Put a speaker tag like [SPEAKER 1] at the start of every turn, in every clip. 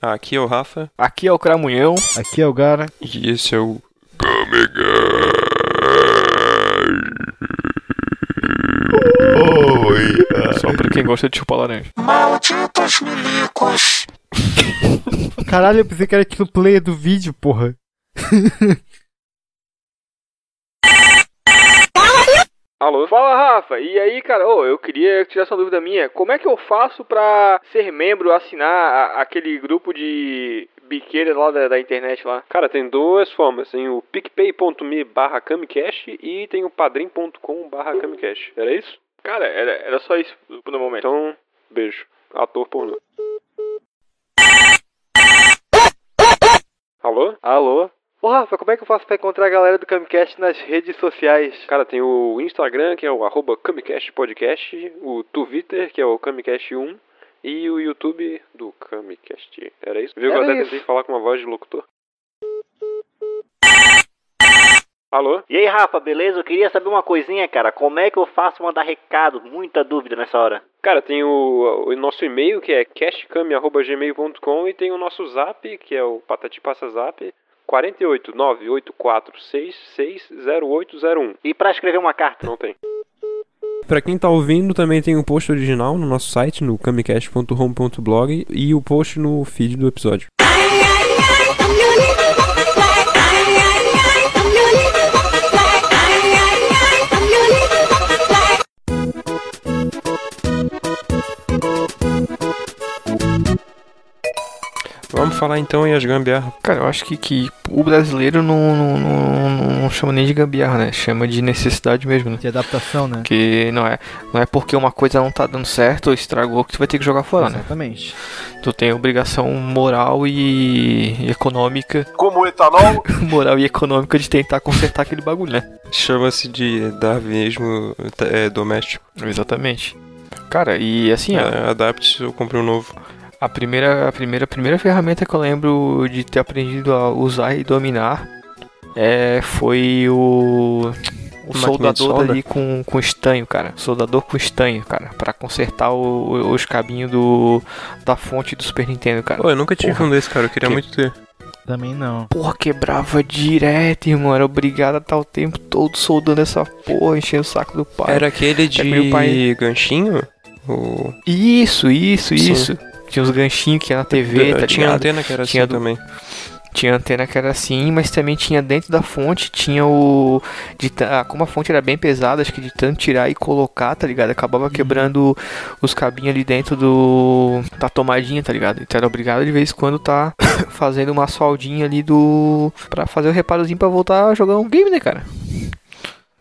[SPEAKER 1] Aqui é o Rafa.
[SPEAKER 2] Aqui é o Cramunhão.
[SPEAKER 3] Aqui é o Gara.
[SPEAKER 1] E esse é o.
[SPEAKER 2] Só pra quem gosta é de chupar laranja.
[SPEAKER 4] Malditos milicos.
[SPEAKER 3] Caralho, eu pensei que era aqui no player do vídeo, porra.
[SPEAKER 2] Alô? Fala, Rafa. E aí, cara? Ô, eu queria tirar essa dúvida minha. Como é que eu faço pra ser membro, assinar a- aquele grupo de biqueiras lá da, da internet lá?
[SPEAKER 5] Cara, tem duas formas. Tem o picpay.me barra camicast e tem o padrim.com barra camicast. Era isso?
[SPEAKER 2] Cara, era, era só isso no momento.
[SPEAKER 5] Então, beijo. Ator pornô. Alô?
[SPEAKER 2] Alô? Ô, Rafa, como é que eu faço pra encontrar a galera do Camcast nas redes sociais?
[SPEAKER 5] Cara, tem o Instagram, que é o arroba Camicast Podcast, o Twitter, que é o Camicast1, e o YouTube do Camicast. Era isso? Viu que eu
[SPEAKER 2] Era
[SPEAKER 5] até
[SPEAKER 2] isso.
[SPEAKER 5] tentei falar com uma voz de locutor? Alô?
[SPEAKER 6] E aí, Rafa, beleza? Eu queria saber uma coisinha, cara. Como é que eu faço mandar recado? Muita dúvida nessa hora.
[SPEAKER 5] Cara, tem o, o nosso e-mail, que é castcam.gmail.com, e tem o nosso zap, que é o Patati Passa Zap, 48984660801.
[SPEAKER 6] E pra escrever uma carta?
[SPEAKER 5] Não tem. Pra quem tá ouvindo, também tem o post original no nosso site, no camicast.home.blog, e o post no feed do episódio.
[SPEAKER 1] Vamos falar então em as gambiarra.
[SPEAKER 2] Cara, eu acho que, que o brasileiro não, não, não, não- não chama nem de gambiarra, né? Chama de necessidade mesmo, né?
[SPEAKER 3] De adaptação, né?
[SPEAKER 2] Porque não é, não é porque uma coisa não tá dando certo ou estragou que tu vai ter que jogar fora, né?
[SPEAKER 3] Exatamente.
[SPEAKER 2] Tu tem obrigação moral e econômica,
[SPEAKER 7] Como etanol,
[SPEAKER 2] moral e econômica de tentar consertar aquele bagulho, né?
[SPEAKER 1] Chama-se de darwinismo é, doméstico.
[SPEAKER 2] Exatamente. Cara, e assim, ó,
[SPEAKER 1] É, Adapte-se ou compre um novo.
[SPEAKER 2] a primeira, a primeira, a primeira ferramenta que eu lembro de ter aprendido a usar e dominar é, foi o, o
[SPEAKER 1] de
[SPEAKER 2] soldador
[SPEAKER 1] solda?
[SPEAKER 2] ali com, com estanho, cara. Soldador com estanho, cara, Pra consertar o- os cabinhos do da fonte do Super Nintendo, cara.
[SPEAKER 1] Pô, eu nunca tive
[SPEAKER 2] Porra.
[SPEAKER 1] um desse, cara. Eu queria
[SPEAKER 2] Que-
[SPEAKER 1] muito ter.
[SPEAKER 3] Também não.
[SPEAKER 2] Porra, quebrava direto, irmão. Era obrigado a estar o tempo todo soldando essa porra, enchendo o saco do pai.
[SPEAKER 1] Era aquele
[SPEAKER 2] que meu
[SPEAKER 1] de
[SPEAKER 2] pai-
[SPEAKER 1] ganchinho? O...
[SPEAKER 2] Isso, isso,
[SPEAKER 1] Sim.
[SPEAKER 2] isso. Tinha uns ganchinhos que era na TV, tá
[SPEAKER 1] tinha
[SPEAKER 2] ligado?
[SPEAKER 1] antena que era
[SPEAKER 2] Tinha
[SPEAKER 1] assim
[SPEAKER 2] do-
[SPEAKER 1] também.
[SPEAKER 2] Tinha antena que era assim, mas também tinha dentro da fonte, tinha o. De, ta- ah, como a fonte era bem pesada, acho que de tanto tirar e colocar, tá ligado? Acabava quebrando os cabinhos ali dentro do. da tomadinha, tá ligado? Então era obrigado de vez em quando tá fazendo uma soldinha ali do. pra fazer o reparozinho pra voltar a jogar um game, né, cara?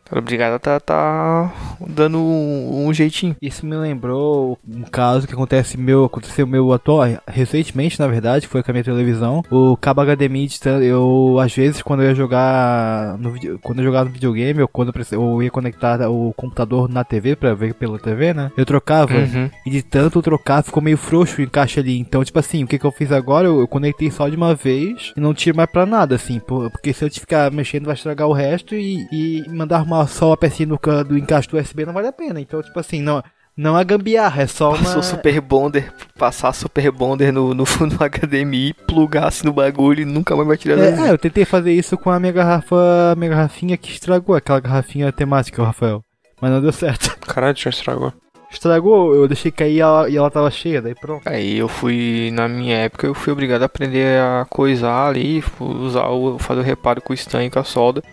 [SPEAKER 2] Era obrigado a tá, tá dando um, um jeitinho.
[SPEAKER 3] Isso me lembrou um caso que acontece meu, aconteceu meu atual, recentemente na verdade, foi com a minha televisão. O cabo HDMI, de tan- eu às vezes quando eu ia jogar no vide- quando eu jogava no videogame ou quando eu, preci- ou ia conectar o computador na TV pra ver pela TV, né? Eu trocava
[SPEAKER 2] Uhum.
[SPEAKER 3] e de tanto eu trocar ficou meio frouxo o encaixe ali. Então, tipo assim, o que que eu fiz agora? Eu, eu conectei só de uma vez e não tiro mais pra nada, assim, por- porque se eu te ficar mexendo vai estragar o resto e, e mandar arrumar só a pecinha do, ca- do encaixe do USB não vale a pena. Então, tipo assim, não, não é gambiarra, é só
[SPEAKER 2] Passou
[SPEAKER 3] uma...
[SPEAKER 2] Super Bonder, passar Super Bonder no, no, no HDMI, plugar assim no bagulho e nunca mais vai tirar da
[SPEAKER 3] É, é, eu tentei fazer isso com a minha garrafa, minha garrafinha que estragou, aquela garrafinha temática, Rafael. Mas não deu certo.
[SPEAKER 1] Caralho, já estragou.
[SPEAKER 3] Estragou, eu deixei cair e ela, e ela tava cheia, daí pronto.
[SPEAKER 2] Aí eu fui, na minha época, eu fui obrigado a aprender a coisar ali, fu- usar o, fazer o reparo com o estanho e com a solda.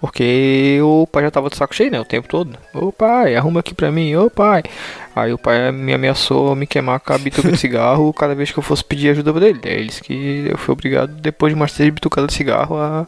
[SPEAKER 2] Porque o pai já tava de saco cheio, né? O tempo todo. Ô pai, arruma aqui pra mim, ô pai. Aí o pai me ameaçou me queimar com a bituca de cigarro cada vez que eu fosse pedir ajuda pra ele. Daí eles que eu fui obrigado, depois de mais três bitucadas de cigarro, a,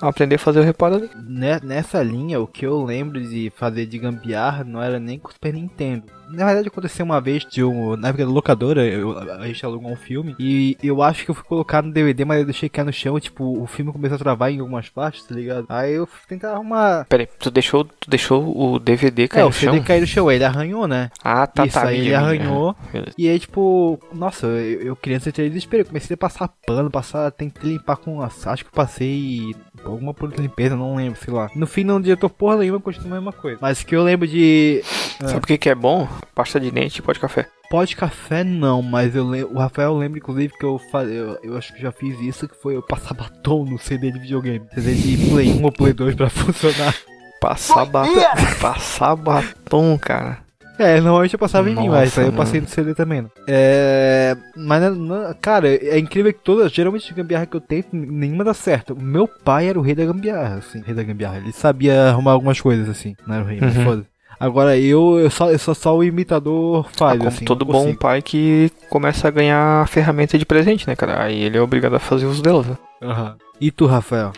[SPEAKER 2] a aprender a fazer o reparo ali.
[SPEAKER 3] Ne- Nessa linha, o que eu lembro de fazer de gambiarra não era nem com o Super Nintendo. Na verdade, aconteceu uma vez de um. Na época da locadora, eu- a gente alugou um filme. E eu acho que eu fui colocar no DVD, mas eu deixei cair no chão. E, tipo, o filme começou a travar em algumas partes, tá ligado? Aí eu fui tentar arrumar.
[SPEAKER 2] Peraí, tu deixou, tu deixou o DVD cair
[SPEAKER 3] É,
[SPEAKER 2] no
[SPEAKER 3] o CD
[SPEAKER 2] chão?
[SPEAKER 3] caiu no chão, aí ele arranhou, né?
[SPEAKER 2] Ah, tá,
[SPEAKER 3] Isso,
[SPEAKER 2] tá. mídia,
[SPEAKER 3] aí ele
[SPEAKER 2] mídia.
[SPEAKER 3] arranhou. né?
[SPEAKER 2] Beleza.
[SPEAKER 3] E aí, tipo, nossa, eu, eu criança eu entrei em desespero. Comecei a passar pano, passar, tentei limpar com. a- Acho que eu passei alguma produto de limpeza, não lembro, sei lá. No fim não adiantou porra nenhuma, continua a mesma coisa. Mas o que eu lembro de.
[SPEAKER 2] Sabe o que, que é bom? Pasta de dente e pó de café.
[SPEAKER 3] pó de café não, mas eu lem- o Rafael lembra inclusive que eu, fa- eu eu acho que já fiz isso, que foi eu passar batom no CD de videogame. CD de Play 1 ou Play 2 pra funcionar.
[SPEAKER 2] Passar batom. Passar batom, cara.
[SPEAKER 3] É, normalmente eu passava em mim,
[SPEAKER 2] Nossa,
[SPEAKER 3] mas isso aí eu
[SPEAKER 2] mano.
[SPEAKER 3] passei no CD também. Né? É. Mas, né, na- cara, é incrível que todas, geralmente as gambiarra que eu tenho, nenhuma dá certo. Meu pai era o rei da gambiarra, assim, rei da gambiarra. Ele sabia arrumar algumas coisas, assim, não era o rei, mas
[SPEAKER 2] Uhum.
[SPEAKER 3] foda Agora eu, eu, só, eu sou só o imitador falho,
[SPEAKER 2] Ah, Como
[SPEAKER 3] assim.
[SPEAKER 2] todo
[SPEAKER 3] não
[SPEAKER 2] bom
[SPEAKER 3] consigo.
[SPEAKER 2] pai que começa a ganhar ferramenta de presente, né, cara? Aí ele é obrigado a fazer uso delas. né?
[SPEAKER 3] Aham. E tu, Rafael?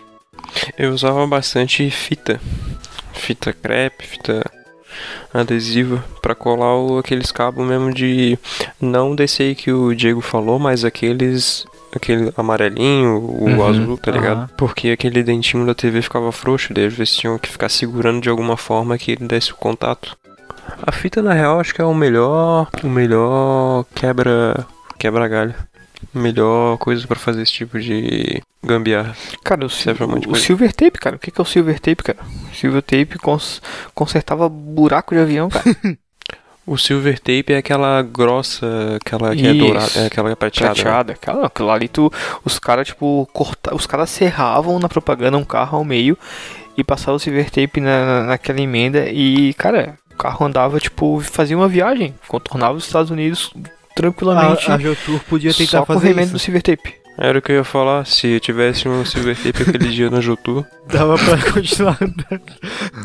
[SPEAKER 1] Eu usava bastante fita. Fita crepe, fita adesiva pra colar o- aqueles cabos mesmo de não desse aí que o Diego falou, mas aqueles aquele amarelinho, o
[SPEAKER 2] Uhum.
[SPEAKER 1] azul, tá ligado?
[SPEAKER 3] Aham.
[SPEAKER 1] Porque aquele dentinho da TV ficava frouxo, daí às vezes tinham que ficar segurando de alguma forma que ele desse o contato. A fita na real acho que é o melhor, o melhor quebra quebra galho. Melhor coisa pra fazer esse tipo de gambiarra.
[SPEAKER 2] Cara, o,
[SPEAKER 1] Serve pra um monte de
[SPEAKER 2] o
[SPEAKER 1] coisa.
[SPEAKER 2] Silver Tape, cara. O que que é o Silver Tape, cara? Silver Tape cons- consertava buraco de avião, cara.
[SPEAKER 1] O silver tape é aquela grossa, aquela que é
[SPEAKER 2] Isso.
[SPEAKER 1] dourada, é aquela prateada. né?
[SPEAKER 2] Prateada. Cara, não, aquilo ali tu. Os caras, tipo, corta, os caras serravam na propaganda um carro ao meio e passavam o Silver Tape na, na- naquela emenda e, cara, o carro andava, tipo, fazia uma viagem. Contornava os Estados Unidos tranquilamente.
[SPEAKER 3] A, a Geotour podia tentar
[SPEAKER 2] só com o
[SPEAKER 3] fazer
[SPEAKER 2] remendo
[SPEAKER 3] isso.
[SPEAKER 2] do Silver Tape.
[SPEAKER 1] Era o que eu ia falar, se eu tivesse um silver tape aquele dia na Jotu,
[SPEAKER 3] Dava pra continuar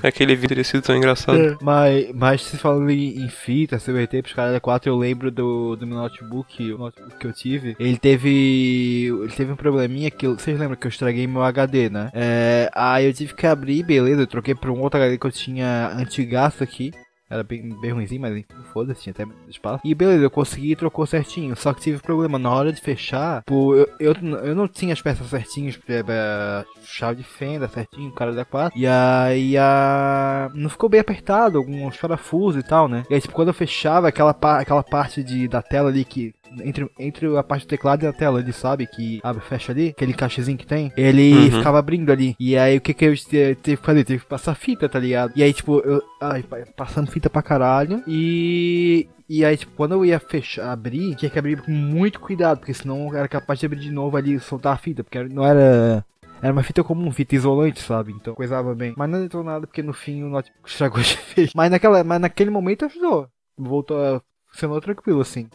[SPEAKER 1] aquele vídeo teria sido tão engraçado.
[SPEAKER 3] É. Mas, mas se falando em, em fita, CBT, pros caras da 4, eu lembro do, do meu notebook, o notebook que eu tive. Ele teve. Ele teve um probleminha que. eu- Vocês lembram que eu estraguei meu HD, né? É, aí eu tive que abrir, beleza, eu troquei pra um outro HD que eu tinha antigaço aqui. Era bem, bem ruimzinho, mas enfim, foda-se, tinha até menos espaço. E beleza, eu consegui e trocou certinho. Só que tive problema. Na hora de fechar, pô, eu, eu, eu não tinha as peças certinhas, eh, eh, chave de fenda certinho, o cara da 4. E aí a. Não ficou bem apertado, alguns parafusos e tal, né? E aí, tipo, quando eu fechava aquela, pa- aquela parte de, da tela ali que. Entre, entre a parte do teclado e a tela, ele sabe que abre e fecha ali, aquele cachezinho que tem, ele
[SPEAKER 1] Uhum.
[SPEAKER 3] ficava abrindo ali. E aí o que que eu te- teve que fazer? Teve que passar fita, tá ligado? E aí, tipo, eu. Ai, pai, passando fita pra caralho. E. E aí, tipo, quando eu ia fechar, abrir, tinha que abrir com muito cuidado, porque senão eu era capaz de abrir de novo ali e soltar a fita, porque não era. Era uma fita comum, fita isolante, sabe? Então coisava bem. Mas não entrou nada, porque no fim o notebook estragou de vez. Mas, naquela, mas naquele momento ajudou. Voltou a. Funcionou tranquilo, assim.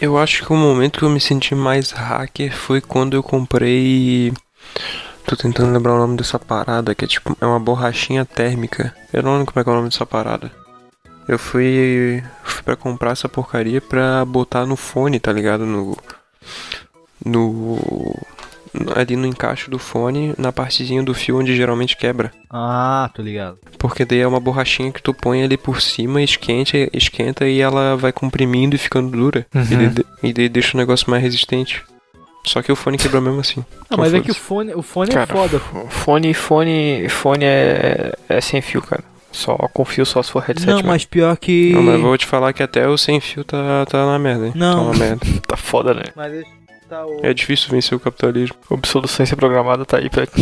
[SPEAKER 1] Eu acho que o momento que eu me senti mais hacker foi quando eu comprei. Tô tentando lembrar o nome dessa parada, que é tipo. É uma borrachinha térmica. Eu não lembro como é que é o nome dessa parada. Eu fui. fui pra comprar essa porcaria pra botar no fone, tá ligado? No. No. Ali no encaixe do fone, na partezinha do fio onde geralmente quebra.
[SPEAKER 3] Ah, tô ligado.
[SPEAKER 1] Porque daí é uma borrachinha que tu põe ali por cima, esquenta, esquenta e ela vai comprimindo e ficando dura.
[SPEAKER 2] Uhum.
[SPEAKER 1] E, daí, de- e daí deixa o negócio mais resistente. Só que o fone quebrou mesmo assim.
[SPEAKER 3] Ah, mas é que o
[SPEAKER 1] Foda-se.
[SPEAKER 3] fone, o fone é
[SPEAKER 2] Cara,
[SPEAKER 3] foda.
[SPEAKER 2] Fone, fone, fone é, é sem fio, cara. Só com fio só se for headset.
[SPEAKER 3] Não,
[SPEAKER 2] mesmo.
[SPEAKER 3] mas pior que.
[SPEAKER 1] Não, mas eu vou te falar que até o sem fio tá, tá na merda, hein?
[SPEAKER 3] Não.
[SPEAKER 1] Tá uma merda.
[SPEAKER 2] tá foda, né?
[SPEAKER 3] Mas deixa tá o.
[SPEAKER 1] É difícil vencer o capitalismo.
[SPEAKER 2] Obsolescência programada tá aí pra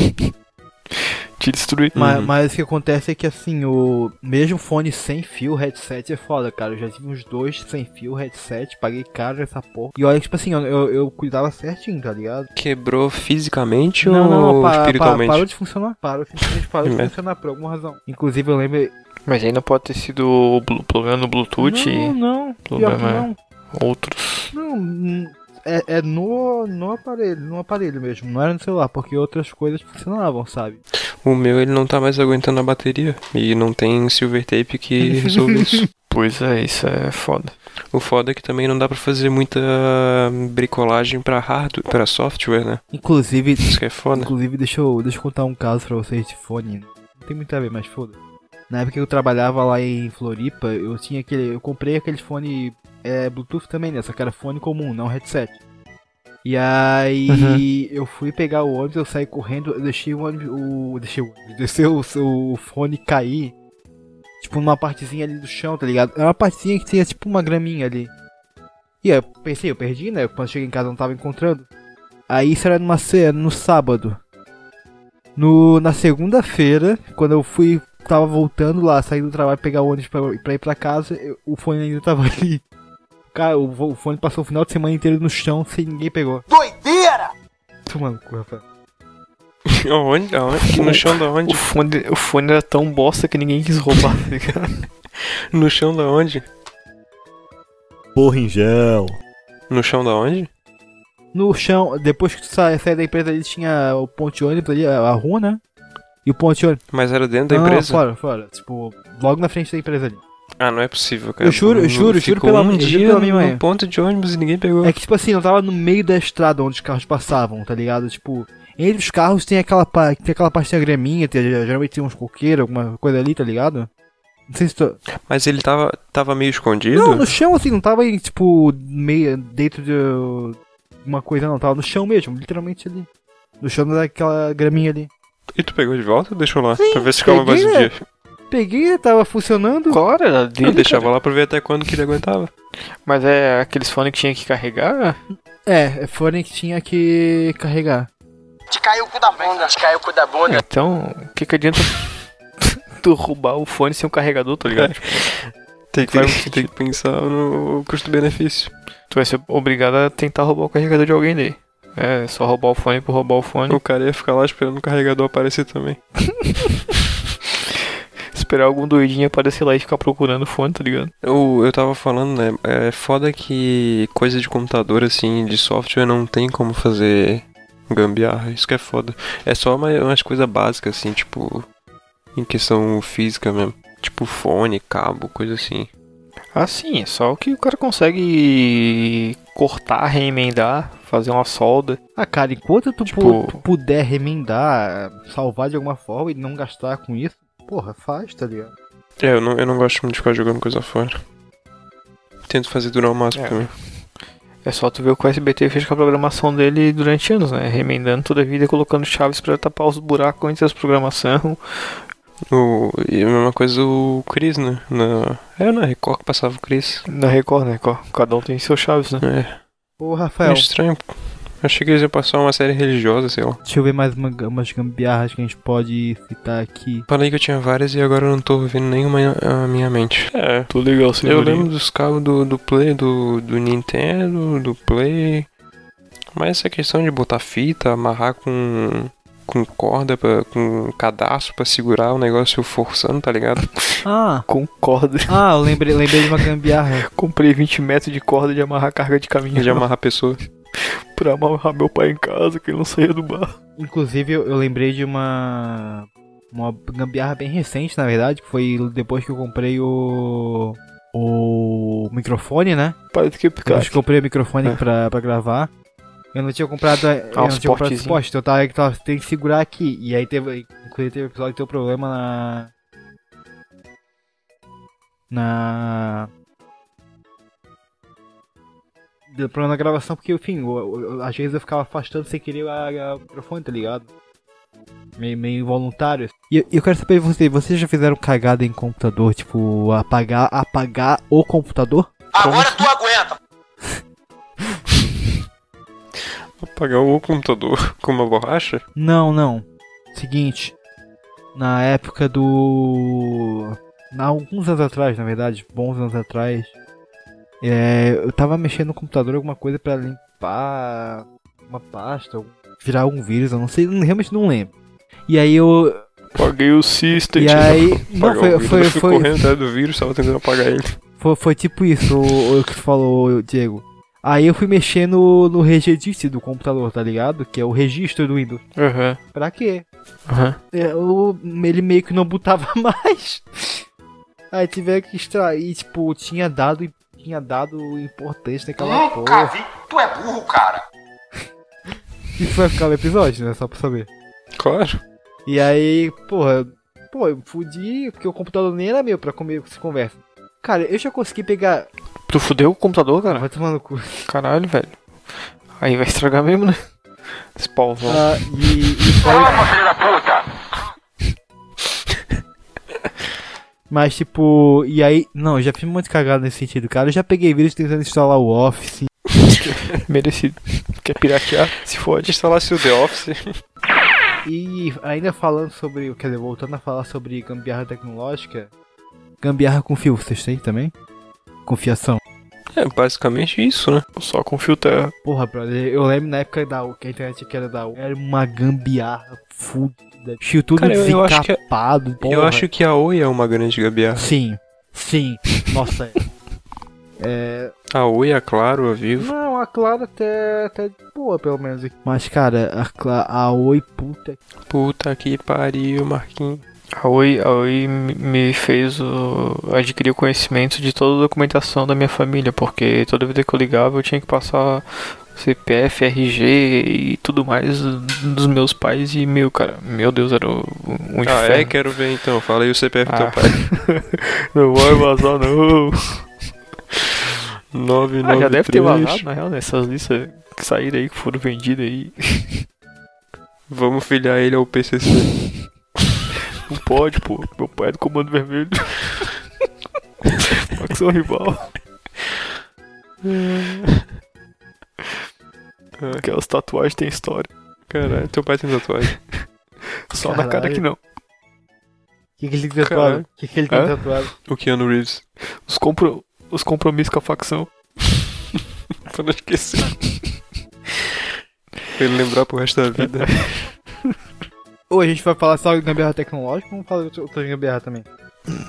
[SPEAKER 2] te destruir.
[SPEAKER 3] Mas,
[SPEAKER 1] Uhum.
[SPEAKER 3] mas o que acontece é que assim, o mesmo fone sem fio, headset é foda, cara. Eu já tive uns dois sem fio, headset, paguei caro essa porra. E olha, que, tipo assim, eu, eu, eu cuidava certinho, tá ligado?
[SPEAKER 1] Quebrou fisicamente ou
[SPEAKER 3] pa- pa-
[SPEAKER 1] espiritualmente?
[SPEAKER 3] parou de funcionar. Parou, simplesmente parou de
[SPEAKER 1] Merda.
[SPEAKER 3] funcionar por alguma razão. Inclusive, eu lembro.
[SPEAKER 2] Mas aí não pode ter sido o blu- problema no Bluetooth
[SPEAKER 3] Não, não, pior que
[SPEAKER 2] problema é-
[SPEAKER 3] não.
[SPEAKER 2] e outros.
[SPEAKER 3] Não, hum, é, é no, no aparelho, no aparelho mesmo, não era no celular, porque outras coisas funcionavam, sabe?
[SPEAKER 1] O meu ele não tá mais aguentando a bateria. E não tem silver tape que resolve isso.
[SPEAKER 2] Pois é, isso é foda.
[SPEAKER 1] O foda é que também não dá pra fazer muita bricolagem pra hardware, pra software, né?
[SPEAKER 3] Inclusive,
[SPEAKER 1] Isso que é foda.
[SPEAKER 3] Inclusive, deixa eu, deixa eu contar um caso pra vocês de fone. Não tem muito a ver, mas foda. Na época que eu trabalhava lá em Floripa, eu tinha aquele. Eu comprei aquele fone é, Bluetooth também, né? Só que era fone comum, não headset. E aí eu fui pegar o ônibus, eu saí correndo, eu deixei o ônibus. O, deixei o ônibus. Desceu o, o fone cair. Tipo, numa partezinha ali do chão, tá ligado? Era uma partezinha que tinha tipo uma graminha ali. E aí eu pensei, eu perdi, né? Quando cheguei em casa eu não tava encontrando. Aí isso era numa ce- no sábado. No, na segunda-feira, quando eu fui, tava voltando lá, saindo do trabalho, pegar o ônibus pra, pra ir pra casa, eu- o fone ainda tava ali. Cara, o, vo- o fone passou o final de semana inteiro no chão sem ninguém pegou. Doideira! Tu maluco, rapaz.
[SPEAKER 1] Aonde? Aonde? No chão da
[SPEAKER 2] O
[SPEAKER 1] onde?
[SPEAKER 2] fone, o fone era tão bosta que ninguém quis roubar, tá ligado?
[SPEAKER 1] No chão da onde?
[SPEAKER 7] Porra em gel.
[SPEAKER 1] No chão da onde?
[SPEAKER 3] No chão, depois que tu sai, sai da empresa ali, tinha o ponte de ônibus ali, a, a rua, né? E o ponte de ônibus.
[SPEAKER 1] Mas era dentro da
[SPEAKER 3] Não, não,
[SPEAKER 1] empresa?
[SPEAKER 3] fora, fora. Tipo, logo na frente da empresa ali.
[SPEAKER 1] Ah, não é possível, cara.
[SPEAKER 3] Eu juro, eu
[SPEAKER 1] Não-
[SPEAKER 3] juro, eu juro
[SPEAKER 1] ficou
[SPEAKER 3] pela-
[SPEAKER 1] um
[SPEAKER 3] eu juro
[SPEAKER 1] dia
[SPEAKER 3] pela minha
[SPEAKER 1] no
[SPEAKER 3] mãe.
[SPEAKER 1] ponto de ônibus e ninguém pegou.
[SPEAKER 3] É que, tipo assim, eu tava no meio da estrada onde os carros passavam, tá ligado? Tipo, entre os carros tem aquela, pa- tem aquela parte da graminha, tem- geralmente tem uns coqueiros, alguma coisa ali, tá ligado? Não sei se tu...
[SPEAKER 1] Mas ele tava, tava meio escondido?
[SPEAKER 3] Não, no chão, assim, não tava, em, tipo, meio dentro de uh, uma coisa, não. Tava no chão mesmo, literalmente ali. No chão daquela graminha ali.
[SPEAKER 1] E tu pegou de volta ou deixou lá?
[SPEAKER 3] Sim,
[SPEAKER 1] pra ver se ficava mais
[SPEAKER 3] peguei,
[SPEAKER 1] um
[SPEAKER 3] né?
[SPEAKER 1] dia.
[SPEAKER 3] Peguei, tava funcionando.
[SPEAKER 2] Claro, era dele.
[SPEAKER 1] Eu deixava
[SPEAKER 2] cara.
[SPEAKER 1] lá pra ver até quando que ele aguentava.
[SPEAKER 2] Mas é aqueles fones que tinha que carregar?
[SPEAKER 3] É, fone que tinha que carregar.
[SPEAKER 2] Então, o que, que adianta tu roubar o fone sem um carregador, tá ligado? Tipo,
[SPEAKER 1] Tem que,
[SPEAKER 2] Faz
[SPEAKER 1] tem,
[SPEAKER 2] sentido.
[SPEAKER 1] que um pensar no custo-benefício.
[SPEAKER 2] tu vai ser obrigado a tentar roubar o carregador de alguém daí. É, só roubar o fone por roubar o fone.
[SPEAKER 1] O cara ia ficar lá esperando o carregador aparecer também.
[SPEAKER 2] Esperar algum doidinho aparecer lá e ficar procurando o fone, tá ligado?
[SPEAKER 1] Eu, eu tava falando, né? É foda que coisa de computador, assim, de software, não tem como fazer gambiarra. Isso que é foda. É só uma, umas coisas básicas, assim, tipo. Em questão física mesmo. Tipo fone, cabo, coisa assim.
[SPEAKER 2] Ah, sim, é só o que o cara consegue cortar, reemendar, fazer uma solda.
[SPEAKER 3] Ah, cara, enquanto tu,
[SPEAKER 2] Tipo-
[SPEAKER 3] pu- tu puder remendar, salvar de alguma forma e não gastar com isso, porra, faz, tá ligado?
[SPEAKER 1] É, eu não, eu não gosto muito de ficar jogando coisa fora. Tento fazer durar o máximo
[SPEAKER 2] É.
[SPEAKER 1] pra mim.
[SPEAKER 2] É só tu ver o que o SBT fez com a programação dele durante anos, né? Remendando toda a vida, colocando chaves pra tapar os buracos entre as programações.
[SPEAKER 1] O, e a mesma coisa o Chris, né? Na, era na Record que passava o Chris.
[SPEAKER 2] Na Record, né? Co- Cada um tem seus chaves, né?
[SPEAKER 1] É,
[SPEAKER 3] Ô,
[SPEAKER 1] é
[SPEAKER 3] Rafael,
[SPEAKER 1] estranho. Achei que eles iam passar uma série religiosa, sei lá.
[SPEAKER 3] deixa eu ver mais uma, umas gambiarras que a gente pode citar aqui.
[SPEAKER 1] Falei que eu tinha várias e agora eu não tô vendo nenhuma na minha mente. É.
[SPEAKER 2] Tô legal,
[SPEAKER 1] Eu lembro dos cabos do, do Play, do, do Nintendo, do Play. Mas essa questão de botar fita, amarrar com. com corda, pra, com cadastro pra segurar o negócio forçando, tá ligado?
[SPEAKER 3] Ah,
[SPEAKER 2] Com corda.
[SPEAKER 3] ah, eu lembrei, lembrei de uma gambiarra.
[SPEAKER 2] Comprei 20 metros de corda de amarrar carga de caminhão.
[SPEAKER 1] De amarrar a pessoa.
[SPEAKER 2] pra amarrar meu pai em casa, que ele não saía do bar.
[SPEAKER 3] Inclusive, eu, eu lembrei de uma. Uma gambiarra bem recente, na verdade, que foi depois que eu comprei o. O microfone, né?
[SPEAKER 2] Parece que é
[SPEAKER 3] Depois
[SPEAKER 2] picado.
[SPEAKER 3] que eu comprei o microfone
[SPEAKER 2] É.
[SPEAKER 3] pra, pra gravar. Eu não tinha comprado. eh, eu
[SPEAKER 2] Ah,
[SPEAKER 3] não
[SPEAKER 2] os
[SPEAKER 3] tinha comprado
[SPEAKER 2] portezinho.
[SPEAKER 3] suporte, então eu tava, tava, tem que segurar aqui. E aí teve. Inclusive teve um episódio que deu problema na. Na. Deu problema na gravação, porque, enfim, eu- eu- eu- às vezes eu ficava afastando sem querer a, a- o microfone, tá ligado? Meio, meio involuntário. assim. E eu- eu quero saber de vocês, vocês já fizeram cagada em computador? Tipo, apagar, apagar o computador?
[SPEAKER 1] Apagar o computador com uma borracha?
[SPEAKER 3] Não, não. Seguinte, na época do. Há alguns anos atrás, na verdade, bons anos atrás, é, eu tava mexendo no computador alguma coisa pra limpar uma pasta, ou virar algum vírus, eu não sei, eu realmente não lembro. E aí eu.
[SPEAKER 2] Paguei o system.
[SPEAKER 3] E aí. Não,
[SPEAKER 1] Apagar o um
[SPEAKER 3] foi,
[SPEAKER 1] vírus.
[SPEAKER 3] foi,
[SPEAKER 1] Eu fui
[SPEAKER 3] foi,
[SPEAKER 1] correndo atrás do vírus, tava tentando apagar ele.
[SPEAKER 3] foi, foi tipo isso o, o que tu falou, Diego. Aí eu fui mexer no, no regedit do computador, tá ligado? Que é o registro do Windows.
[SPEAKER 2] Aham.
[SPEAKER 3] Pra quê?
[SPEAKER 2] Aham.
[SPEAKER 3] É, o- ele meio que não botava mais. Aí tiveram que extrair, tipo, tinha dado, tinha dado importante naquela porra.
[SPEAKER 4] vi. Tu é burro, cara.
[SPEAKER 3] Isso vai ficar no episódio, né? Só pra saber.
[SPEAKER 1] Claro.
[SPEAKER 3] E aí, porra, pô, eu fudi, porque o computador nem era meu pra comer essa conversa. Cara, eu já consegui pegar.
[SPEAKER 2] Tu fudeu o computador, cara?
[SPEAKER 3] Vai tomar no cu.
[SPEAKER 2] Caralho, velho. Aí vai estragar mesmo, né? Esse pauzão.
[SPEAKER 3] Ah, e, e foi- Mas, tipo, e aí. Não, eu já fiz muito cagada nesse sentido, cara. Eu já peguei vírus tentando instalar o Office.
[SPEAKER 2] Merecido. Quer piratear? Se
[SPEAKER 1] Pode
[SPEAKER 2] fode.
[SPEAKER 1] instalar se o The Office.
[SPEAKER 3] E ainda falando sobre, quer dizer, voltando a falar sobre gambiarra tecnológica, gambiarra com fio, vocês têm também? Confiação.
[SPEAKER 1] É basicamente isso, né?
[SPEAKER 2] Só com filtro.
[SPEAKER 3] Porra, brother, eu lembro na época da U, que a internet aqui era da U, era uma gambiarra fudida. Tinha tudo
[SPEAKER 1] Cara, eu- eu acho que- é-
[SPEAKER 3] desencapado,
[SPEAKER 1] Eu
[SPEAKER 3] porra.
[SPEAKER 1] acho que a Oi é uma grande gambiarra.
[SPEAKER 3] Sim, sim, nossa. é...
[SPEAKER 1] A Oi, a Claro, a Vivo.
[SPEAKER 3] Não, a Clara até, até de boa, pelo menos. aqui. Mas, cara, a, Cla- a Oi, puta.
[SPEAKER 1] Puta que pariu, Marquinhos.
[SPEAKER 2] A Oi, a Oi me- me fez o- adquirir o conhecimento de toda a documentação da minha família, porque toda vida que eu ligava eu tinha que passar CPF, RG e tudo mais dos meus pais e meu, cara. Meu Deus, era o- um
[SPEAKER 1] Ah,
[SPEAKER 2] inferno.
[SPEAKER 1] é? Quero ver então. Fala aí o CPF do
[SPEAKER 2] Ah.
[SPEAKER 1] teu pai.
[SPEAKER 2] Não vai vazar não. Ah,
[SPEAKER 1] 993.
[SPEAKER 2] já deve ter vazado, na real, nessas listas que saíram aí, que foram vendidas aí.
[SPEAKER 1] Vamos filiar ele ao PCC.
[SPEAKER 2] Não pode, pô. Meu pai é do Comando Vermelho. Facção rival. Aquelas tatuagens têm história.
[SPEAKER 1] Ah, Caralho, teu pai tem tatuagem.
[SPEAKER 2] Só na cara
[SPEAKER 3] Caralho.
[SPEAKER 2] que não.
[SPEAKER 3] O que, que ele tem
[SPEAKER 1] Caralho.
[SPEAKER 3] tatuado? O que, que ele tem
[SPEAKER 2] Hã?
[SPEAKER 3] tatuado?
[SPEAKER 1] O Keanu Reeves.
[SPEAKER 2] Os, compro... Os compromissos com a facção.
[SPEAKER 1] Pra não esquecer. pra ele lembrar pro resto da vida.
[SPEAKER 3] Ou a gente vai falar só de gambiarra tecnológica ou vamos falar de outra- outra gambiarra também?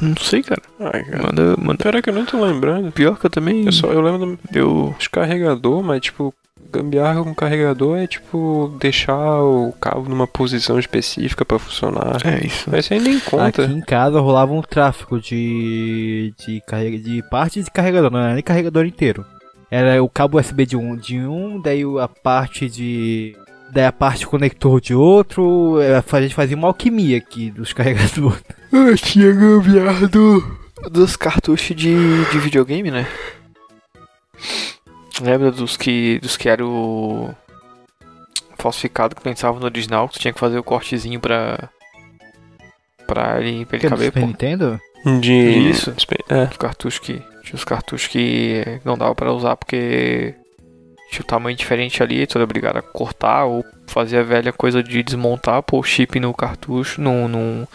[SPEAKER 2] Não sei, cara.
[SPEAKER 1] Ai, cara.
[SPEAKER 2] Manda, manda.
[SPEAKER 1] Pior é que eu não tô lembrando.
[SPEAKER 2] Pior que eu também.
[SPEAKER 1] Eu só eu lembro
[SPEAKER 2] Eu.
[SPEAKER 1] dos carregador, mas tipo, gambiarra com carregador é tipo deixar o cabo numa posição específica pra funcionar.
[SPEAKER 2] É isso.
[SPEAKER 1] Mas isso aí nem conta.
[SPEAKER 3] Aqui em casa rolava um tráfico de. de, carrega, de parte de carregador, não era nem carregador inteiro. Era o cabo USB de um, de um daí o- a parte de. Daí a parte conector de outro. é, A gente fazia uma alquimia aqui dos carregadores.
[SPEAKER 2] Eu tinha gambiarra do... dos cartuchos de, de videogame, né? Lembra dos que, dos que era o falsificado que pensava no original, que tu tinha que fazer o cortezinho pra, pra ele, pra ele caber,
[SPEAKER 3] Super
[SPEAKER 2] pô.
[SPEAKER 3] Nintendo?
[SPEAKER 1] De.
[SPEAKER 2] Isso.
[SPEAKER 1] Um É.
[SPEAKER 2] Os cartuchos que, tinha os cartuchos que eh, não dava pra usar porque tinha o tamanho diferente ali, tu era obrigado a cortar ou fazer a velha coisa de desmontar, pôr o chip no cartucho, num. num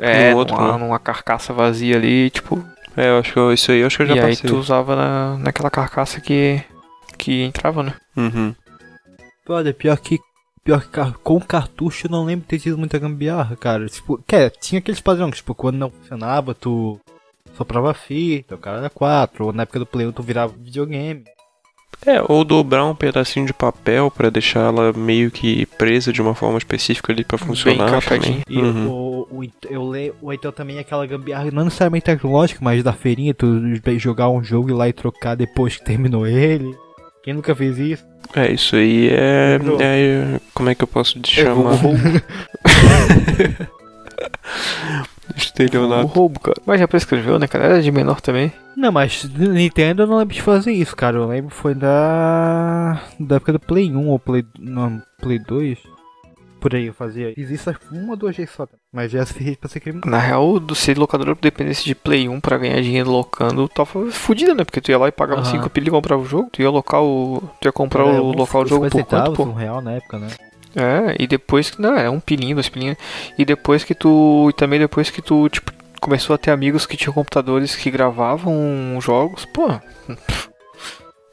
[SPEAKER 2] é,
[SPEAKER 1] No outro,
[SPEAKER 2] numa,
[SPEAKER 1] né?
[SPEAKER 2] numa carcaça vazia ali, tipo.
[SPEAKER 1] É, eu acho que eu- isso aí eu acho que eu já
[SPEAKER 2] e aí
[SPEAKER 1] passei.
[SPEAKER 2] tu usava na, naquela carcaça que. que entrava, né?
[SPEAKER 1] Uhum.
[SPEAKER 3] Brother, pior que. Pior que car- com cartucho eu não lembro de ter tido muita gambiarra, cara. Tipo, que é, tinha aqueles padrões, tipo, quando não funcionava, tu soprava a fita, o cara era 4, ou na época do Play 1 tu virava videogame.
[SPEAKER 1] É, ou dobrar um pedacinho de papel pra deixar ela meio que presa de uma forma específica ali pra funcionar também.
[SPEAKER 2] encaixadinha.
[SPEAKER 3] E
[SPEAKER 1] Uhum.
[SPEAKER 3] o, o, eu leio, ou então também aquela gambiarra, não necessariamente tecnológica, mas da feirinha, tu jogar um jogo e ir lá e trocar depois que terminou ele. Quem nunca fez isso?
[SPEAKER 1] É, isso aí é,
[SPEAKER 3] Lembrou?
[SPEAKER 1] é- Como é que eu posso te chamar?
[SPEAKER 2] O
[SPEAKER 1] Estelionato.
[SPEAKER 2] roubo, cara. Mas já prescreveu, né, cara? Era de menor também.
[SPEAKER 3] Não, mas Nintendo eu não lembro de fazer isso, cara. Eu lembro foi da. da época do Play 1 ou Play. Não, Play 2. Por aí eu fazia. Fiz isso acho que uma ou duas vezes só. Mas já se fez é pra ser crime.
[SPEAKER 2] Na real, do ser locadora dependesse de Play 1 pra ganhar dinheiro locando, tava fudida, né? Porque tu ia lá e pagava
[SPEAKER 3] Aham. É,
[SPEAKER 2] 5 pila e comprava o jogo, tu ia locar o. Tu ia comprar
[SPEAKER 3] Era
[SPEAKER 2] o
[SPEAKER 3] uns
[SPEAKER 2] local o jogo
[SPEAKER 3] 50
[SPEAKER 2] por quanto,
[SPEAKER 3] centavos,
[SPEAKER 2] pô?
[SPEAKER 3] um real na época, né?
[SPEAKER 2] É, e depois que. Não, é um pilinho, dois pilinhos. E depois que tu. E também depois que tu, tipo, começou a ter amigos que tinham computadores que gravavam jogos, pô. pff,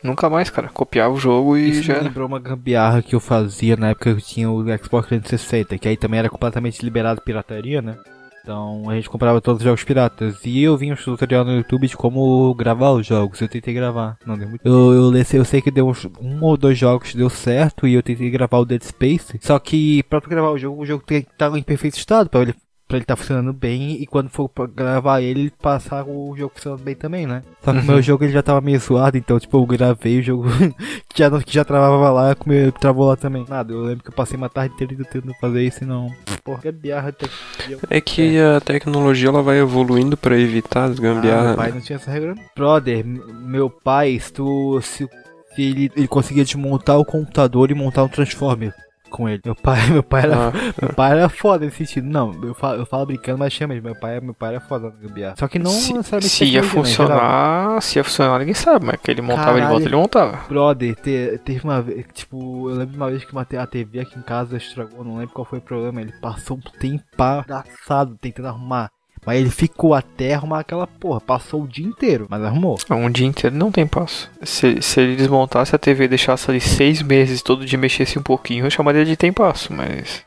[SPEAKER 2] Nunca mais, cara. Copiava o jogo e
[SPEAKER 3] Isso
[SPEAKER 2] já
[SPEAKER 3] me
[SPEAKER 2] era.
[SPEAKER 3] lembrou uma gambiarra que eu fazia na época que eu tinha o Xbox 360, que aí também era completamente liberado pirataria, né? Então a gente comprava todos os jogos piratas. E eu vi um tutorial no YouTube de como gravar os jogos. Eu tentei gravar, não deu muito. Eu, eu, le- eu sei que deu uns um ou dois jogos que deu certo e eu tentei gravar o Dead Space. Só que pra tu gravar o jogo, o jogo tem que estar em perfeito estado pra ele pra ele tá funcionando bem e quando for pra gravar ele, ele passar o jogo funcionando bem também, né? Só que o meu jogo ele já tava meio zoado, então tipo, eu gravei o jogo que já, não- que já travava lá, como eu- travou lá também. Nada, eu lembro que eu passei uma tarde inteira tentando fazer isso e não... Porra, gambiarra até que...
[SPEAKER 1] É que a tecnologia ela vai evoluindo pra evitar as
[SPEAKER 2] é-
[SPEAKER 3] Ah,
[SPEAKER 1] gambiarras. né?
[SPEAKER 3] meu pai não tinha essa regra. não. Brother, m- meu pai, se tu... Se, se ele, ele conseguia desmontar o computador e montar um Transformer com ele. Meu pai, meu pai era
[SPEAKER 1] Ah,
[SPEAKER 3] Meu pai era foda nesse sentido. Não, eu falo, eu falo brincando, mas chama ele. Meu pai, meu pai era foda no gambiarra. Só que não
[SPEAKER 2] se,
[SPEAKER 3] necessariamente
[SPEAKER 2] se ia
[SPEAKER 3] tecnologia, né, em geral.
[SPEAKER 2] funcionar, se ia funcionar, ninguém sabe, mas que ele montava de
[SPEAKER 3] Caralho.
[SPEAKER 2] volta, ele montava.
[SPEAKER 3] Brother, te- teve uma vez, tipo, eu lembro uma vez que uma te- a TV aqui em casa estragou, não lembro qual foi o problema. Ele passou um tempo assado tentando arrumar. Mas ele ficou até arrumar aquela porra. Passou o dia inteiro, mas arrumou.
[SPEAKER 2] Ah, Um dia inteiro não tem passo. Se, se ele desmontasse a TV e deixasse ali seis meses, todo dia mexesse um pouquinho, eu chamaria de tem passo, mas.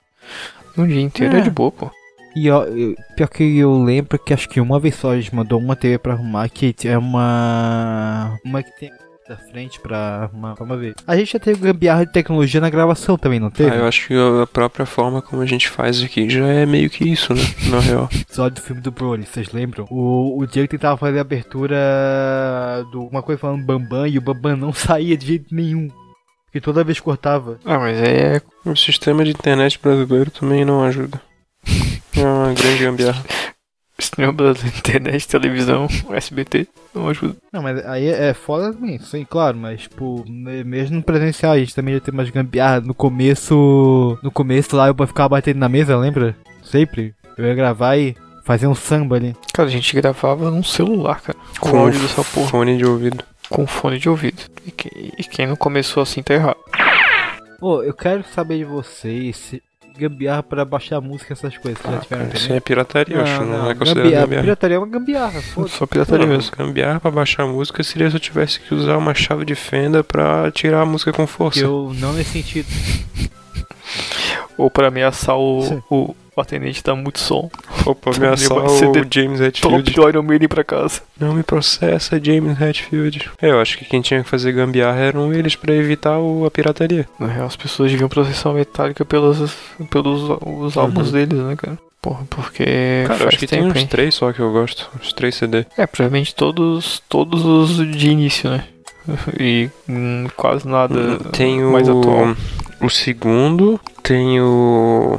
[SPEAKER 2] Um dia inteiro é,
[SPEAKER 3] É.
[SPEAKER 2] de boa, pô.
[SPEAKER 3] E ó, eu- pior que eu lembro que acho que uma vez só a gente mandou uma TV pra arrumar, que é uma. Uma que tem da frente pra arrumar pra uma vez. A gente já teve gambiarra de tecnologia na gravação também, não teve?
[SPEAKER 1] Ah, eu acho que a própria forma como a gente faz aqui já é meio que isso, né? Na real.
[SPEAKER 3] episódio do filme do Broly, vocês lembram? O, o Diego tentava fazer a abertura de alguma coisa falando Bambam e o Bambam não saía de jeito nenhum. Porque toda vez cortava.
[SPEAKER 2] Ah, mas aí é.
[SPEAKER 1] O sistema de internet brasileiro também não ajuda. É uma grande gambiarra.
[SPEAKER 2] Cinema brasileiro, internet, televisão, SBT, não ajuda.
[SPEAKER 3] Não, mas aí é é foda também, sim, claro, mas tipo, me- mesmo no presencial a gente também já tem umas gambiarras. No começo. No começo lá eu ficava batendo na mesa, lembra? Sempre. Eu ia gravar e fazer um samba ali.
[SPEAKER 2] Cara, a gente gravava num celular, cara. Com, o
[SPEAKER 1] o
[SPEAKER 2] áudio dessa porra.
[SPEAKER 1] fone de ouvido.
[SPEAKER 2] Com fone de ouvido. E, que- e quem não começou assim tá errado.
[SPEAKER 3] Pô, eu quero saber de vocês se gambiarra pra baixar música essas coisas. Vocês já tiveram
[SPEAKER 1] Isso
[SPEAKER 3] também?
[SPEAKER 1] é pirataria, eu acho. Não, é considerado
[SPEAKER 3] gambiarra.
[SPEAKER 1] gambiarra.
[SPEAKER 3] Pirataria é uma gambiarra, foda
[SPEAKER 2] Só pirataria
[SPEAKER 1] Não,
[SPEAKER 2] mesmo.
[SPEAKER 1] Gambiarra pra baixar a música seria se eu tivesse que usar uma chave de fenda pra tirar a música com força.
[SPEAKER 3] Eu não nesse sentido.
[SPEAKER 2] Ou pra ameaçar o,
[SPEAKER 3] Sim.
[SPEAKER 2] o, o atendente da Multissom.
[SPEAKER 1] Opa, ameaçar
[SPEAKER 2] Vai ser
[SPEAKER 1] o
[SPEAKER 2] de-
[SPEAKER 1] James
[SPEAKER 2] Top
[SPEAKER 1] Hetfield.
[SPEAKER 2] do Iron Maiden pra casa.
[SPEAKER 1] Não me processa, James Hetfield. É, Eu acho que quem tinha que fazer gambiarra eram eles pra evitar o- a pirataria.
[SPEAKER 2] Na real, as pessoas deviam processar o Metallica pelos, pelos os álbuns
[SPEAKER 1] Uhum.
[SPEAKER 2] deles, né, cara? Porra, porque
[SPEAKER 1] Cara, eu
[SPEAKER 2] faz
[SPEAKER 1] acho que tem
[SPEAKER 2] tempo,
[SPEAKER 1] uns
[SPEAKER 2] hein?
[SPEAKER 1] três só que eu gosto. Uns três CD.
[SPEAKER 2] É, provavelmente todos, todos os de início, né? E hum, quase nada
[SPEAKER 1] Ah, Tem o...
[SPEAKER 2] mais atual.
[SPEAKER 1] O segundo. Tem o...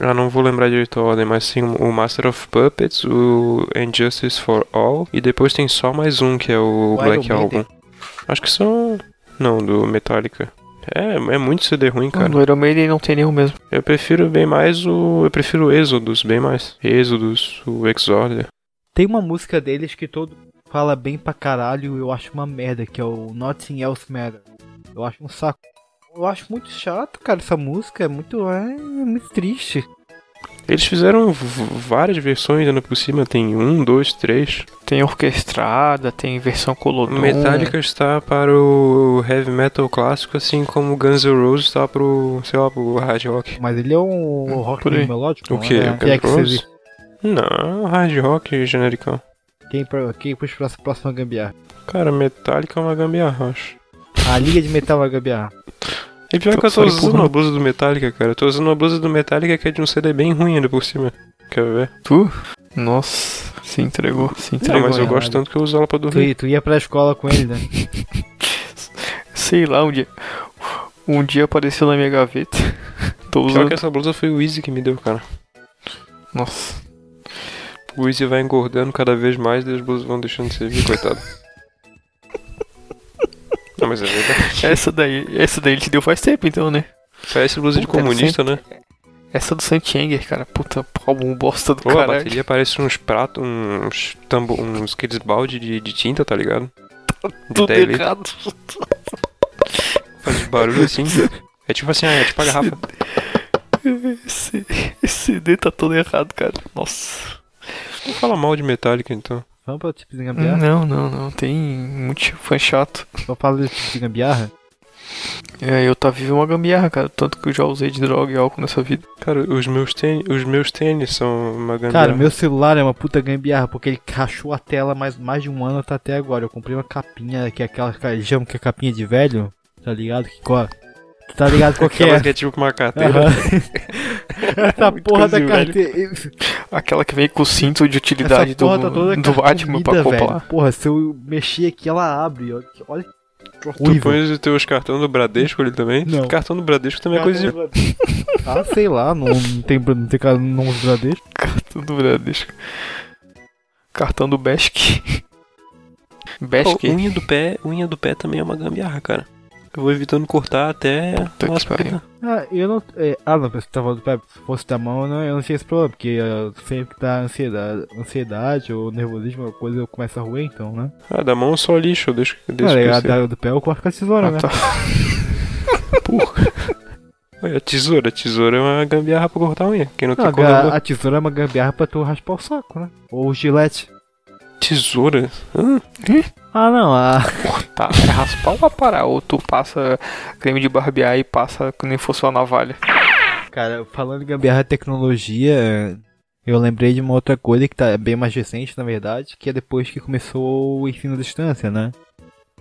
[SPEAKER 1] Ah, não vou lembrar direito a ordem, mas tem o Master of Puppets, o Injustice for All, e depois tem só mais um, que é o,
[SPEAKER 3] O Iron
[SPEAKER 1] Black
[SPEAKER 3] Maiden.
[SPEAKER 1] Album. Acho que são... Não, do Metallica. É, é muito CD ruim, cara.
[SPEAKER 2] No Iron Maiden não tem nenhum mesmo.
[SPEAKER 1] Eu prefiro bem mais o. Eu prefiro o Exodus, bem mais. Exodus, o Exorder.
[SPEAKER 3] Tem uma música deles que todo mundo fala bem pra caralho e eu acho uma merda, que é o Nothing Else Matter. Eu acho um saco. Eu acho muito chato, cara, essa música. É muito, é, muito triste.
[SPEAKER 1] Eles fizeram v- várias versões ainda por cima, tem um, dois, três.
[SPEAKER 2] Tem orquestrada, tem versão
[SPEAKER 1] Então,
[SPEAKER 2] colodon.
[SPEAKER 1] Metallica está para o heavy metal clássico, assim como Guns N' Roses está pro, sei lá, pro hard rock.
[SPEAKER 3] Mas ele é um rock
[SPEAKER 2] por aí.
[SPEAKER 3] meio melódico.
[SPEAKER 1] O
[SPEAKER 3] não
[SPEAKER 1] quê?
[SPEAKER 3] É,
[SPEAKER 1] O
[SPEAKER 3] Quem é que
[SPEAKER 1] Guns N'
[SPEAKER 3] você
[SPEAKER 1] Roses? Não, hard rock é genericão.
[SPEAKER 3] Quem, pra- quem puxa pra essa próxima gambiarra?
[SPEAKER 1] Cara, Metallica é uma gambiarra, eu acho.
[SPEAKER 3] A Liga de Metal vai gambiarra.
[SPEAKER 1] E É pior
[SPEAKER 2] Tô-
[SPEAKER 1] que eu
[SPEAKER 2] só
[SPEAKER 1] tô usando
[SPEAKER 2] empurrando.
[SPEAKER 1] uma blusa do Metallica, cara. Eu tô usando uma blusa do Metallica que é de um CD bem ruim ainda por cima. Quer ver?
[SPEAKER 2] Tu? uh, Nossa, se entregou, se entregou.
[SPEAKER 1] Não, mas eu
[SPEAKER 2] né?
[SPEAKER 3] errado.
[SPEAKER 1] gosto tanto que eu uso ela pra dormir.
[SPEAKER 3] Tu, ia- tu ia pra escola com ele, né?
[SPEAKER 2] Sei lá, um dia. Um dia apareceu na minha gaveta. Tô
[SPEAKER 1] Pior
[SPEAKER 2] usando.
[SPEAKER 1] que essa blusa foi o Easy que me deu, cara.
[SPEAKER 2] Nossa.
[SPEAKER 1] O Easy vai engordando cada vez mais e as blusas vão deixando de servir, coitado. Não, mas é verdade.
[SPEAKER 2] Essa daí, essa daí ele te deu faz tempo então, né?
[SPEAKER 1] Parece blusa de
[SPEAKER 2] Puta,
[SPEAKER 1] comunista, né?
[SPEAKER 2] Essa do Santianger, cara. Puta, álbum bosta do
[SPEAKER 1] Ou a
[SPEAKER 2] caralho.
[SPEAKER 3] é
[SPEAKER 1] bateria parece uns pratos, uns tambo, uns aqueles balde de, de tinta, tá ligado? De
[SPEAKER 2] Tudo
[SPEAKER 1] 10 litros.
[SPEAKER 2] errado.
[SPEAKER 1] Faz barulho assim. É tipo assim, ah, é tipo a garrafa.
[SPEAKER 2] Esse, esse CD tá todo errado, cara. Nossa.
[SPEAKER 1] Não fala mal de Metallica, então.
[SPEAKER 3] Vamos pra tipo de gambiarra?
[SPEAKER 2] Não, não, não. Tem muito fã chato.
[SPEAKER 3] Só fala de tipo de gambiarra?
[SPEAKER 2] É, eu tá vivo uma gambiarra, cara. Tanto que eu já usei de droga e álcool nessa vida.
[SPEAKER 1] Cara, os meus tênis, os meus tênis são uma gambiarra.
[SPEAKER 3] Cara, meu celular é uma puta gambiarra, porque ele rachou a tela mais, mais de um ano tá até agora. Eu comprei uma capinha, que é aquela que eles chamam que é capinha de velho, tá ligado? Que co... tu Tá ligado qual que
[SPEAKER 1] Aquela
[SPEAKER 3] é?
[SPEAKER 1] que é tipo uma carteira.
[SPEAKER 3] Aham. Essa
[SPEAKER 2] coisa
[SPEAKER 3] porra da
[SPEAKER 2] de velho.
[SPEAKER 3] carteira.
[SPEAKER 2] Aquela que vem com o cinto de utilidade
[SPEAKER 3] Essa
[SPEAKER 2] do,
[SPEAKER 3] porra tá toda
[SPEAKER 2] do Batman pra
[SPEAKER 3] carcomida, velho.
[SPEAKER 2] comprar.
[SPEAKER 3] Porra, se eu mexer aqui, ela abre. ó. Olha que
[SPEAKER 1] Tu
[SPEAKER 3] horrível.
[SPEAKER 1] põe os teus cartões do Bradesco ali também?
[SPEAKER 3] Não.
[SPEAKER 1] Cartão do Bradesco também é coisa de
[SPEAKER 3] Ah, sei lá, não, não tem não tem cara não usa geladeira.
[SPEAKER 2] Cartão do Bradesco. Cartão do Besk.
[SPEAKER 1] Pô,
[SPEAKER 2] Besk?
[SPEAKER 3] um
[SPEAKER 1] unha do pé, unha do pé também é uma gambiarra, cara. Eu vou evitando cortar até
[SPEAKER 2] Puta que
[SPEAKER 1] lascar.
[SPEAKER 3] Ah, eu não. é, ah, não, você tava do pé. Se fosse da mão, eu não, eu não tinha esse problema, porque ah, sempre que dá ansiedade, ansiedade ou nervosismo, alguma coisa eu começo a roer, então, né?
[SPEAKER 1] Ah, da mão só lixo, eu deixo, eu Ah, tá. deixo
[SPEAKER 3] Cara, a né?
[SPEAKER 1] crescer.
[SPEAKER 2] tá.
[SPEAKER 3] da do pé eu corto com a tesoura,
[SPEAKER 2] Ah,
[SPEAKER 3] né?
[SPEAKER 2] tá.
[SPEAKER 1] Porra. A tesoura, a tesoura é uma gambiarra pra cortar a unha. Quem não
[SPEAKER 3] Não,
[SPEAKER 1] quer
[SPEAKER 3] Ah, a,
[SPEAKER 1] cortar
[SPEAKER 3] a tesoura é uma gambiarra pra tu raspar o saco, né? Ou o gilete.
[SPEAKER 1] tesoura? Hã?
[SPEAKER 3] Ah, não, a...
[SPEAKER 2] Tá, é raspar ou aparar? Ou tu passa creme de barbear e passa que nem fosse uma navalha?
[SPEAKER 3] Cara, falando em gambiarra e tecnologia, eu lembrei de uma outra coisa que tá bem mais recente, na verdade, que é depois que começou o ensino à distância, né?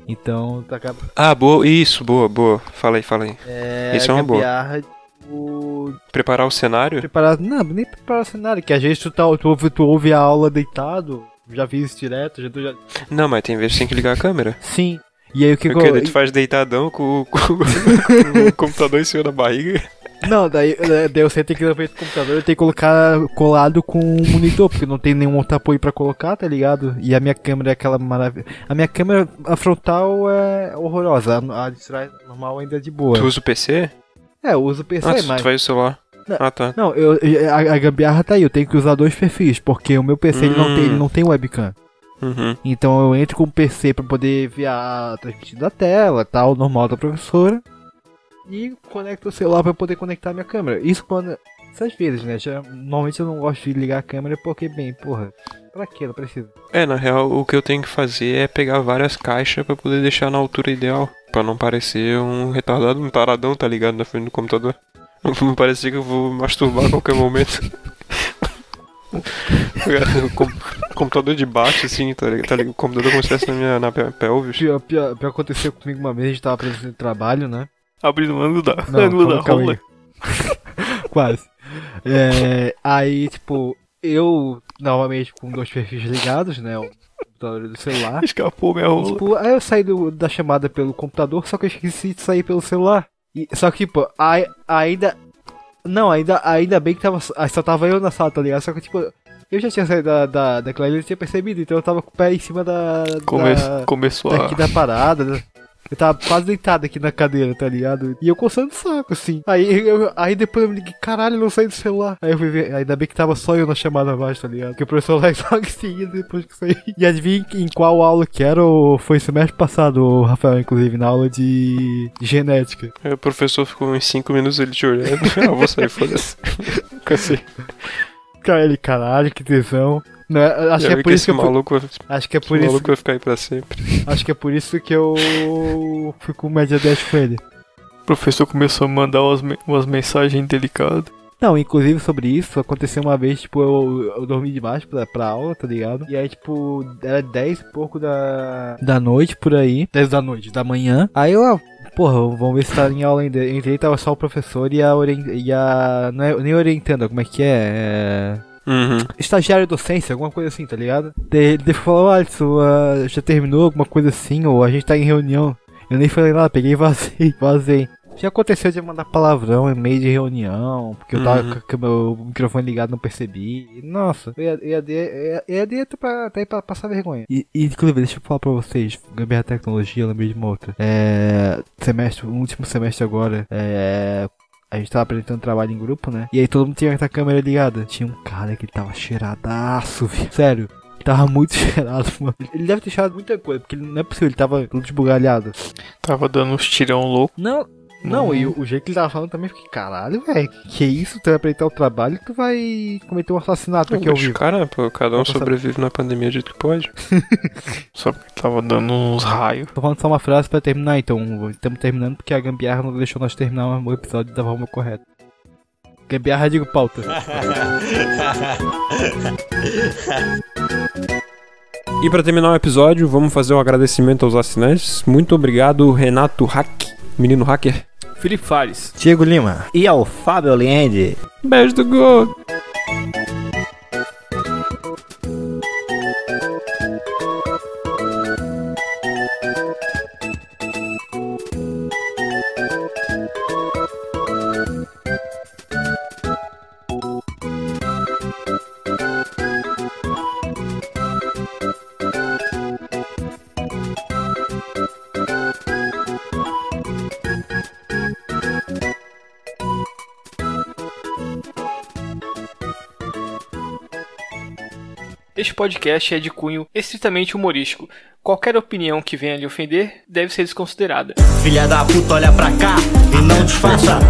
[SPEAKER 3] Então, tá acaba...
[SPEAKER 1] Ah, boa, isso, boa, boa. Fala aí, fala aí.
[SPEAKER 3] É,
[SPEAKER 1] Isso é uma boa.
[SPEAKER 3] gambiarra, tipo,
[SPEAKER 1] Preparar o cenário?
[SPEAKER 3] preparar, não, nem preparar cenário, que às vezes tu, tá, tu, ouve, tu ouve a aula deitado, já vi isso direto, já, tu já...
[SPEAKER 1] Não, mas tem vezes que tem que ligar a câmera.
[SPEAKER 3] Sim. E aí o que
[SPEAKER 1] Porque
[SPEAKER 3] eu-
[SPEAKER 1] daí tu faz deitadão com, o- com o- com o computador em cima da barriga.
[SPEAKER 3] Não, daí, eh, daí eu sento aqui na frente do computador e tenho que colocar colado com o monitor, porque não tem nenhum outro apoio pra colocar, tá ligado? E a minha câmera é aquela maravilha. A minha câmera, a frontal é horrorosa, a, a de trás normal ainda é de boa.
[SPEAKER 1] Tu usa o PC?
[SPEAKER 3] É, eu uso o PC,
[SPEAKER 1] Ah,
[SPEAKER 3] mas.
[SPEAKER 1] tu faz o celular.
[SPEAKER 3] Não.
[SPEAKER 1] Ah, tá.
[SPEAKER 3] Não, eu, a, a gambiarra tá aí, eu tenho que usar dois perfis, porque o meu PC ele não,
[SPEAKER 1] Hum.
[SPEAKER 3] tem, ele não tem webcam.
[SPEAKER 1] Uhum.
[SPEAKER 3] Então eu entro com o PC pra poder ver a transmissão da tela, tal, normal da professora. E conecto o celular pra poder conectar a minha câmera. Isso quando. Essas vezes, né? Já- normalmente eu não gosto de ligar a câmera porque, bem, porra, pra que? Não precisa.
[SPEAKER 1] É, na real, o que eu tenho que fazer é pegar várias caixas pra poder deixar na altura ideal. Pra não parecer um retardado, um taradão, tá ligado? Na frente do computador. Não parecer que eu vou masturbar a qualquer momento. O com- computador de baixo, assim, tá ligado? Tá ligado? O computador como se estivesse na minha na pe- pelvis.
[SPEAKER 3] Pior, pior, pior aconteceu comigo uma vez, a gente tava apresentando trabalho, né?
[SPEAKER 2] Abrindo o ângulo da,
[SPEAKER 3] Não,
[SPEAKER 2] ângulo da
[SPEAKER 3] calma, calma
[SPEAKER 2] rola.
[SPEAKER 3] aí. Quase. É, aí, tipo, eu, novamente com dois perfis ligados, né? O computador e o celular.
[SPEAKER 2] Escapou minha
[SPEAKER 3] E,
[SPEAKER 2] rola.
[SPEAKER 3] tipo, aí eu saí do- da chamada pelo computador, só que eu esqueci de sair pelo celular. E- só que, tipo, ai- ainda. Não, ainda, ainda bem que tava, só- só tava eu na sala, tá ligado? Só que, tipo, eu já tinha saído da, da, da Clarinha, eu tinha percebido, então eu tava com o pé em cima da.
[SPEAKER 2] Come-
[SPEAKER 3] da,
[SPEAKER 2] começou a...
[SPEAKER 3] daqui da parada, né? Eu tava quase deitado aqui na cadeira, tá ligado? E eu coçando o saco, assim. Aí, eu- aí depois eu me liguei, caralho, eu não saí do celular. Aí eu fui ver, ainda bem que tava só eu na chamada abaixo, tá ligado? Porque o professor lá logo em seguida depois que eu saí. E adivinha em em qual aula que era? ou Foi semestre passado, o Rafael, inclusive, na aula de, de genética.
[SPEAKER 1] Aí o professor ficou uns 5 minutos ele te olhando. Ah, vou sair, foda-se. Cansei.
[SPEAKER 3] Cara, ele, caralho, que tesão. Não, é- acho,
[SPEAKER 1] Já
[SPEAKER 3] que
[SPEAKER 1] vi
[SPEAKER 3] é por isso
[SPEAKER 1] esse
[SPEAKER 3] que eu fui-
[SPEAKER 1] maluco, vai- esse
[SPEAKER 3] acho que é por isso
[SPEAKER 1] maluco vai ficar aí pra sempre.
[SPEAKER 3] Acho que é por isso que eu fui com média 10 com ele.
[SPEAKER 2] O professor começou a mandar umas, me- umas mensagens delicadas.
[SPEAKER 3] Não, inclusive sobre isso, aconteceu uma vez, tipo, eu, eu dormi demais pra, pra aula, tá ligado? E aí, tipo, era 10 e pouco da, da noite por aí. 10 da noite, da manhã. Aí eu, ah, porra, vamos ver se tá em aula ainda. Eu entrei tava só o professor e a. Orien, e a não é, nem orientando, como é que é? É.
[SPEAKER 1] Uhum.
[SPEAKER 3] Estagiário de docência, alguma coisa assim, tá ligado? Daí Ele daí falou, ah, isso ah, já terminou, alguma coisa assim, ou a gente tá em reunião. Eu nem falei nada, peguei e vazei, vazei. Já aconteceu de mandar palavrão em meio de reunião, porque eu tava
[SPEAKER 1] Uhum.
[SPEAKER 3] com- com o meu microfone ligado não percebi. Nossa, EAD, EAD, é- EAD é pra, tá aí pra passar vergonha. E, e, inclusive, deixa eu falar pra vocês, gambiarra tecnologia, eu lembrei de uma outra. É, semestre, o último semestre agora, é, a gente tava apresentando trabalho em grupo, né? E aí todo mundo tinha a câmera ligada. Tinha um cara que ele tava cheiradaço, velho. Sério. Tava muito cheirado, mano. Ele deve ter cheirado muita coisa, porque ele- não é possível, ele tava tudo esbugalhado.
[SPEAKER 2] Tava dando uns tirão louco.
[SPEAKER 3] Não, não,
[SPEAKER 2] Uhum.
[SPEAKER 3] e o, o jeito que ele tava falando também, eu fiquei, caralho, velho, que isso? Tu vai aproveitar o trabalho e tu vai cometer um assassinato aqui ao
[SPEAKER 1] Os
[SPEAKER 3] vivo.
[SPEAKER 1] caras, pô, cada um
[SPEAKER 3] Dá pra saber.
[SPEAKER 1] sobrevive na pandemia do jeito que pode.
[SPEAKER 2] Só que tava dando uns raios.
[SPEAKER 3] Tô falando só uma frase pra terminar, então estamos terminando porque a gambiarra não deixou nós terminar o episódio da forma correta. Gambiarra, digo pauta.
[SPEAKER 5] E para terminar o episódio, vamos fazer um agradecimento aos assinantes. Muito obrigado, Renato Hack, menino hacker. Felipe Fares.
[SPEAKER 3] Diego Lima.
[SPEAKER 6] E ao Fábio Liende.
[SPEAKER 5] Beijo do gol.
[SPEAKER 2] Este podcast é de cunho estritamente humorístico. Qualquer opinião que venha lhe ofender deve ser desconsiderada.
[SPEAKER 8] Filha da puta, olha pra cá e não disfarça.